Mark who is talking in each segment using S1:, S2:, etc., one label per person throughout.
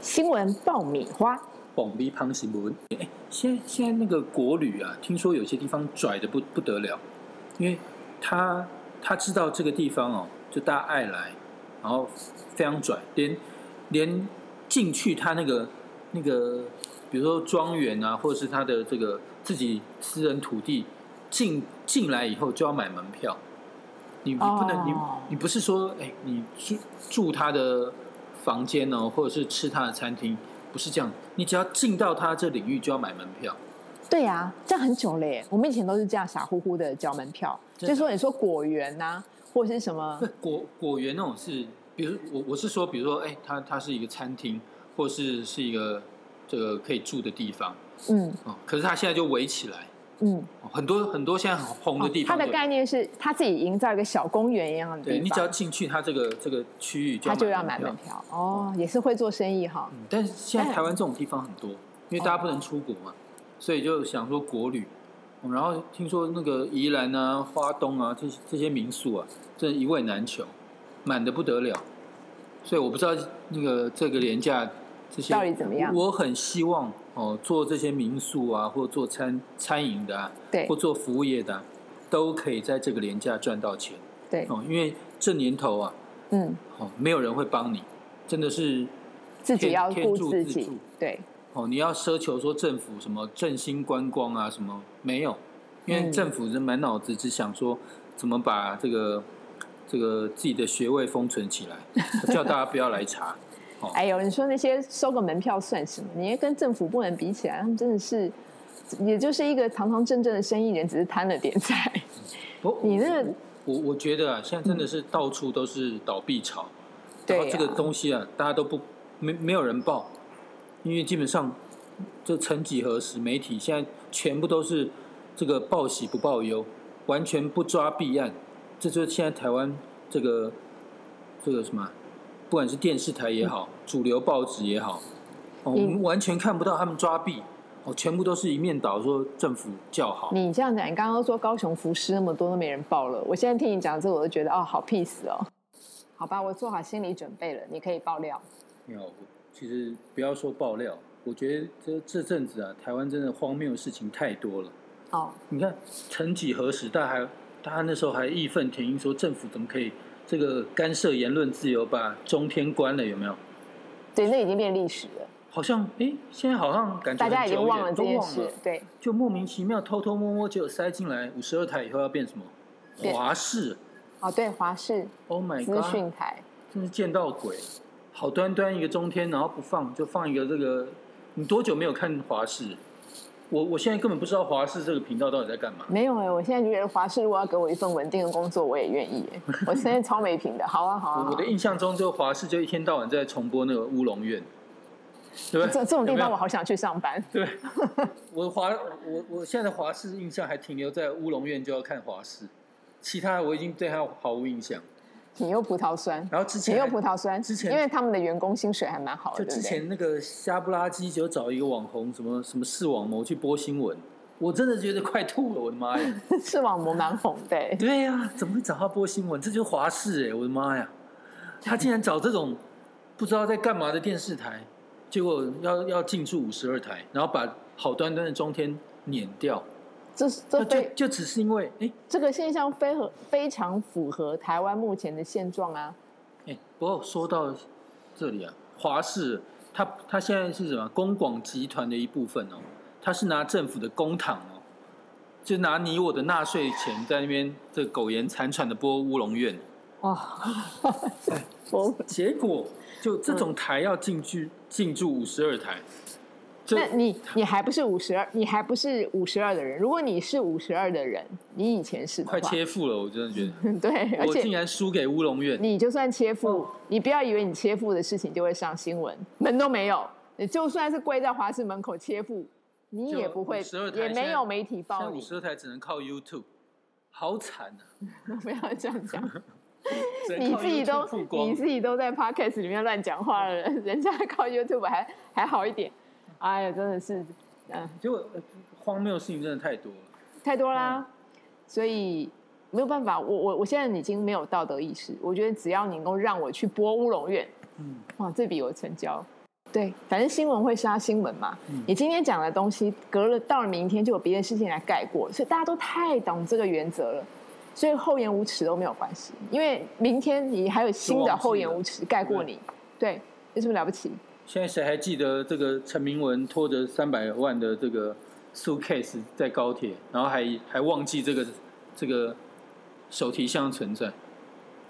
S1: 新闻爆米花。
S2: 蹦逼胖新闻。哎，现在现在那个国旅啊，听说有些地方拽的不不得了，因为他他知道这个地方哦，就大家爱来，然后非常拽，连连进去他那个那个，比如说庄园啊，或者是他的这个自己私人土地进进来以后就要买门票。你你不能、
S1: 哦
S2: 你你不是说哎、你住住他的房间哦，或者是吃他的餐厅，不是这样。你只要进到他这领域就要买门票。
S1: 对啊，这样很久了耶。我们以前都是这样傻乎乎的交门票，就
S2: 真的
S1: 是说你说果园呐、或者是什么
S2: 那果果园那种是，比如我我是说，比如说哎、它它是一个餐厅，或是是一个这个可以住的地方
S1: 嗯
S2: 哦。可是他现在就围起来，
S1: 嗯，
S2: 哦很多很多现在很红的地
S1: 哦它
S2: 方，
S1: 的概念是它自己营造一个小公园一样的地
S2: 对
S1: 方，
S2: 你只要进去他这个这个区域就
S1: 他就要
S2: 买
S1: 买
S2: 门票
S1: 门。票哦，也是会做生意哈。
S2: 嗯但是现
S1: 哎
S2: 在台湾这种地方很多，因为大家不能出国
S1: 哦
S2: 嘛，所以就想说国旅。嗯然后听说那个宜兰啊、花东啊这这些民宿啊，真的一味难求，满的不得了。所以我不知道那个这个廉价这些
S1: 到底怎么样
S2: 我很希望哦，做这些民宿啊，或做餐餐饮的啊，
S1: 对
S2: 或做服务业的、啊，都可以在这个廉价赚到钱
S1: 对，
S2: 哦。因为这年头啊，
S1: 嗯，
S2: 哦，没有人会帮你，真的是
S1: 自己
S2: 天
S1: 要
S2: 天
S1: 顾
S2: 助
S1: 自
S2: 自助
S1: 己，对，
S2: 哦，你要奢求说政府什么振兴观光啊，什么没有，因为
S1: 嗯
S2: 政府是满脑子只想说怎么把这个这个自己的学位封存起来，叫大家不要来查。哦
S1: 哎呦，你说那些收个门票算什么？你跟政府部门比起来，他们真的是，也就是一个堂堂正正的生意人，只是贪了点财。
S2: 不，
S1: 你那个
S2: 我我我觉得啊，现在真的是到处都是倒闭潮，
S1: 对、
S2: 然后
S1: 呀，
S2: 这个东西啊，大家都不没没有人报，因为基本上这曾几何时，媒体现在全部都是这个报喜不报忧，完全不抓弊案，这就是现在台湾这个这个什么啊，不管是电视台也好，主流报纸也好，哦、我们
S1: 嗯
S2: 完全看不到他们抓弊，哦，全部都是一面倒说政府叫好，
S1: 你这样讲，你刚刚说高雄浮尸那么多都没人报了，我现在听你讲这，我都觉得哦，好 peace 哦。好吧，我做好心理准备了，你可以爆料。
S2: 没有，其实不要说爆料，我觉得这这阵子啊，台湾真的荒谬的事情太多了。
S1: 哦，
S2: 你看，曾几何时，大家还大家那时候还义愤填膺，说政府怎么可以这个干涉言论自由，把中天关了，有没有？
S1: 对，那已经变历史了，
S2: 好像哎，现在好像感觉
S1: 大
S2: 很
S1: 家已经
S2: 久远
S1: 忘了这
S2: 都
S1: 件
S2: 忘
S1: 事
S2: 了，
S1: 对，
S2: 就莫名其妙偷偷摸摸就塞进来五十二台以后要变什么
S1: 变
S2: 华视
S1: 哦，对，华视
S2: ？Oh my
S1: 资
S2: god！
S1: 讯台，
S2: 真是见到鬼！好端端一个中天，然后不放，就放一个这个。你多久没有看华视？我我现在根本不知道华视这个频道到底在干嘛。
S1: 没有哎、我现在就觉得华视如果要给我一份稳定的工作，我也愿意、 欸。我现在超没品的，好啊好啊。
S2: 我我的
S1: 好啊
S2: 印象中，就华视就一天到晚在重播那个乌龙院，对不对？
S1: 这这种地
S2: 有没有
S1: 方我好想去上班。
S2: 对。 我华我我现在的华视印象还停留在乌龙院就要看华视，其他我已经对它毫无印象。
S1: 你又葡萄酸，
S2: 然后之
S1: 你
S2: 前
S1: 又
S2: 还
S1: 葡萄酸，
S2: 之前
S1: 因为他们的员工薪水还蛮好的，
S2: 就
S1: 对
S2: 之
S1: 不对？
S2: 前那个瞎不拉几，就找一个网红什么什么视网膜去播新闻，我真的觉得快吐了，我的妈呀！
S1: 视网膜蛮红的、欸
S2: 对呀、怎么会找他播新闻？这就是华视哎、我的妈呀！他竟然找这种不知道在干嘛的电视台，结果要要进驻五十二台，然后把好端端的中天碾掉，
S1: 这是这
S2: 那就
S1: 非
S2: 就只是因为哎
S1: 这个现象非合非常符合台湾目前的现状啊。
S2: 哎，不过说到这里啊，华视它它现在是什么公广集团的一部分哦，它是拿政府的公帑哦，就拿你我的纳税钱在那边这苟延残喘的播乌龙院，
S1: 哇，我
S2: 结果就
S1: 嗯
S2: 这种台要进去进驻五十二台，这
S1: 那你你还不是五十二，你还不是五十二的人。如果你是五十二的人，你以前是的话
S2: 快，切腹了，我真的觉得，
S1: 对，而
S2: 我
S1: 且
S2: 竟然输给乌龙院，
S1: 你就算切腹，你不要以为你切腹的事情就会上新闻，门都没有。你就算是跪在华视门口切腹，你也不会
S2: 就52，台
S1: 也没有媒体
S2: 现在
S1: 报
S2: 五
S1: 你。
S2: 十二台只能靠 YouTube，好惨啊！
S1: 不要这样讲，
S2: 只能
S1: 你
S2: 靠
S1: 自己都
S2: YouTube 曝光
S1: 你自己都在 podcast 里面乱讲话了，人家靠 YouTube 还还好一点。哎呀，真的是，嗯、
S2: 结果呃荒谬的事情真的太多了。
S1: 太多
S2: 嗯
S1: 啦，所以没有办法，我我我现在已经没有道德意识，我觉得只要你能够让我去播乌龙院，
S2: 嗯，
S1: 哇，这笔我成交。对，反正新闻会杀新闻嘛。
S2: 嗯
S1: 你今天讲的东西，隔了到了明天就有别的事情来盖过，所以大家都太懂这个原则了，所以厚颜无耻都没有关系，因为明天你还有新的厚颜无耻盖过你，对，有什么了不起？
S2: 现在谁还记得这个陈明文拖着三百万的这个 suitcase 在高铁，然后还还忘记这个这个手提箱存在，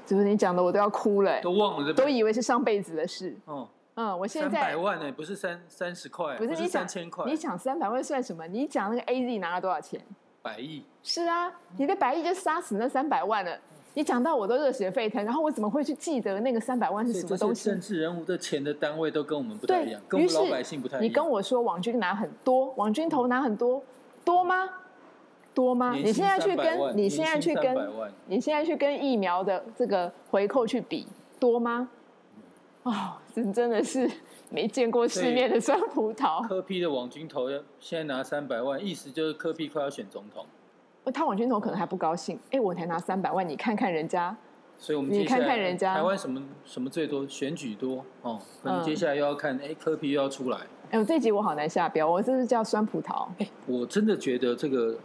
S1: 就是你讲的我都要哭了、欸
S2: 都忘了对不
S1: 都
S2: 对？
S1: 以为是上辈子的事。
S2: 哦，
S1: 嗯，我现
S2: 三百
S1: 在
S2: 万呢、不是三三十块，啊
S1: 不
S2: 不
S1: 是你讲
S2: 三千块，
S1: 你讲三百万算什么？你讲那个 AZ 拿了多少钱？
S2: 百亿。
S1: 是啊，你的百亿就杀死那三百万了。你讲到我都热血沸腾，然后我怎么会去记得那个三百万是
S2: 所以
S1: 什么
S2: 这
S1: 东
S2: 些
S1: 西
S2: 政？治人物的钱的单位都跟我们不太一
S1: 对
S2: 样，，跟我
S1: 于
S2: 们
S1: 是
S2: 老百姓不太一样。
S1: 你跟我说网军拿很多，网军头拿很多，多吗？多吗？
S2: 年
S1: 你现
S2: 薪
S1: 在去
S2: 300万
S1: 跟你现在去
S2: 年薪300
S1: 跟
S2: 万
S1: 你现在去跟疫苗的这个回扣去比，多吗？哦，真真的是没见过世面的酸葡萄。
S2: 科批的网军头现在拿三百万，意思就是科批快要选总统，
S1: 他网军头可能还不高兴，哎，我才拿三百万，你看看人家，
S2: 所以我们
S1: 你
S2: 接下来
S1: 看看人家嗯
S2: 台湾什么什么最多选举多哦，可能接下来又要看哎、科批又要出来，
S1: 哎，我这集我好难下标，我这是叫酸葡萄。
S2: 我真的觉得这个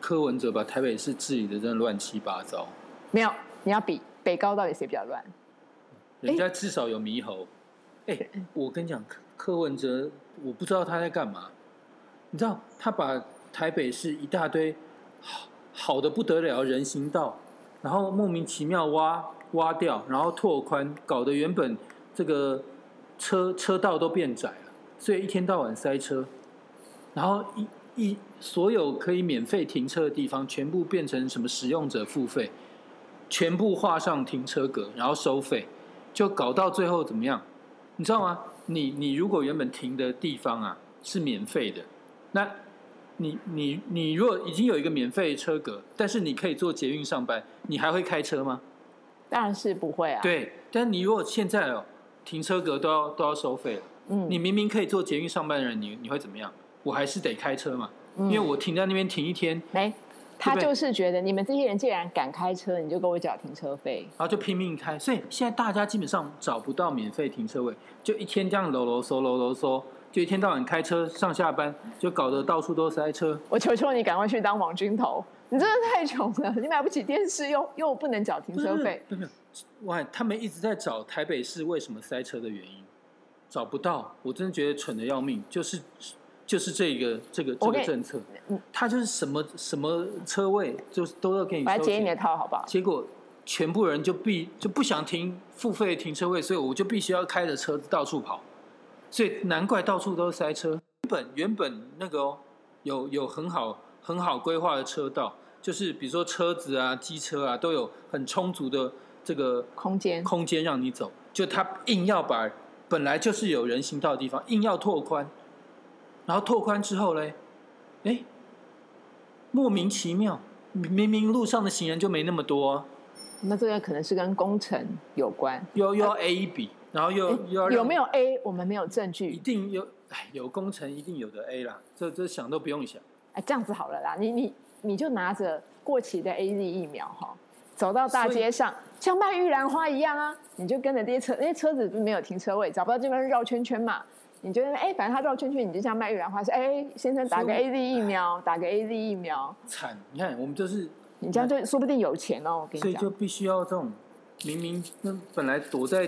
S2: 柯文哲把台北市治理的真的乱七八糟，
S1: 没有，你要比北高到底谁比较乱？
S2: 人家至少有猕猴，哎、我跟你讲，柯柯文哲我不知道他在干嘛，你知道他把台北市一大堆好好的不得了的人行道，然后莫名其妙挖挖掉，然后拓宽，搞得原本这个车车道都变窄了，所以一天到晚塞车，然后一一所有可以免费停车的地方，全部变成什么使用者付费，全部画上停车格，然后收费，就搞到最后怎么样？你知道吗？你你如果原本停的地方啊是免费的，那你你你如果已经有一个免费车格，但是你可以坐捷运上班，你还会开车吗？
S1: 当然是不会啊。，
S2: 对，但你如果现在哦停车格都要都要收费了，
S1: 嗯
S2: 你明明可以坐捷运上班的人，你你会怎么样？我还是得开车嘛，
S1: 嗯
S2: 因为我停在那边停一天，
S1: 没，他
S2: 对不对
S1: 就是觉得你们这些人既然敢开车，你就给我缴停车费。
S2: 然后就拼命开，所以现在大家基本上找不到免费停车位，就一天这样搂搂搜搂搂搜，就一天到晚开车上下班，就搞得到处都塞车。
S1: 我求求你赶快去当网军头，你真的太穷了，你买不起电视又又不能缴停车费。
S2: 不是，不是哇，他们一直在找台北市为什么塞车的原因，找不到，我真的觉得蠢的要命，就是就是这个这个这
S1: 我跟
S2: 个
S1: 你
S2: 政策
S1: 嗯，
S2: 他就是什么什么车位就是都要给你
S1: 我来
S2: 收
S1: 解你的
S2: 钱，
S1: 套好不好？
S2: 结果全部人就必就不想停付费停车位，所以我就必须要开着车子到处跑，所以难怪到处都塞车。原本原本那个、哦、有有很好很好规划的车道，就是比如说车子啊、机车啊都有很充足的这个
S1: 空间，
S2: 空间让你走，就他硬要把本来就是有人行道的地方硬要拓宽，然后拓宽之后嘞，哎，莫名其妙，明明路上的行人就没那么多啊、
S1: 那这个可能是跟工程有关。
S2: 又又要 A 一笔，然后又又要让
S1: 哎有没有 A？我们没有证
S2: 一
S1: 据。
S2: 定有哎有工程一定有的 A 啦，这这想都不用想。
S1: 哎，这样子好了啦，你你你就拿着过期的 A Z 疫苗哈，走到大街上，像卖玉兰花一样啊，你就跟着这些车，那些车子没有停车位，找不到地方绕圈圈嘛。你觉得哎，反正他绕圈圈，你就像卖玉兰花，说哎，先生打个
S2: 所以
S1: A Z 疫苗，打个 A Z 疫苗，
S2: 惨，你看我们就是，
S1: 你这样就说不定有钱哦。我跟
S2: 所
S1: 你
S2: 以就
S1: 讲，
S2: 必须要这种，明明那本来躲在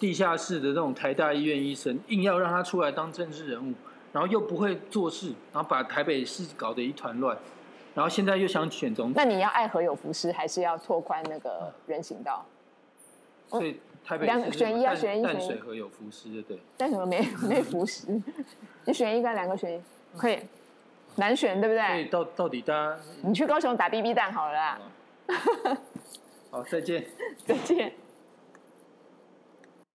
S2: 地下室的这种台大医院医生，硬要让他出来当政治人物，然后又不会做事，然后把台北市搞得一团乱，然后现在又想选总统，
S1: 那你要爱河有福师，还是要拓宽那
S2: 嗯
S1: 个人行道？
S2: 所以台北
S1: 两
S2: 市是
S1: 选一啊
S2: 淡
S1: 选一
S2: 淡
S1: 选一
S2: 水河有浮尸，对不对？
S1: 但怎么 没没服师？你选一个，两个选一，
S2: 嗯
S1: 可以难选对不
S2: 所以
S1: 对？
S2: 到到底大家，
S1: 你去高雄打 BB 弹好了啦，
S2: 好，再见。
S1: 再见。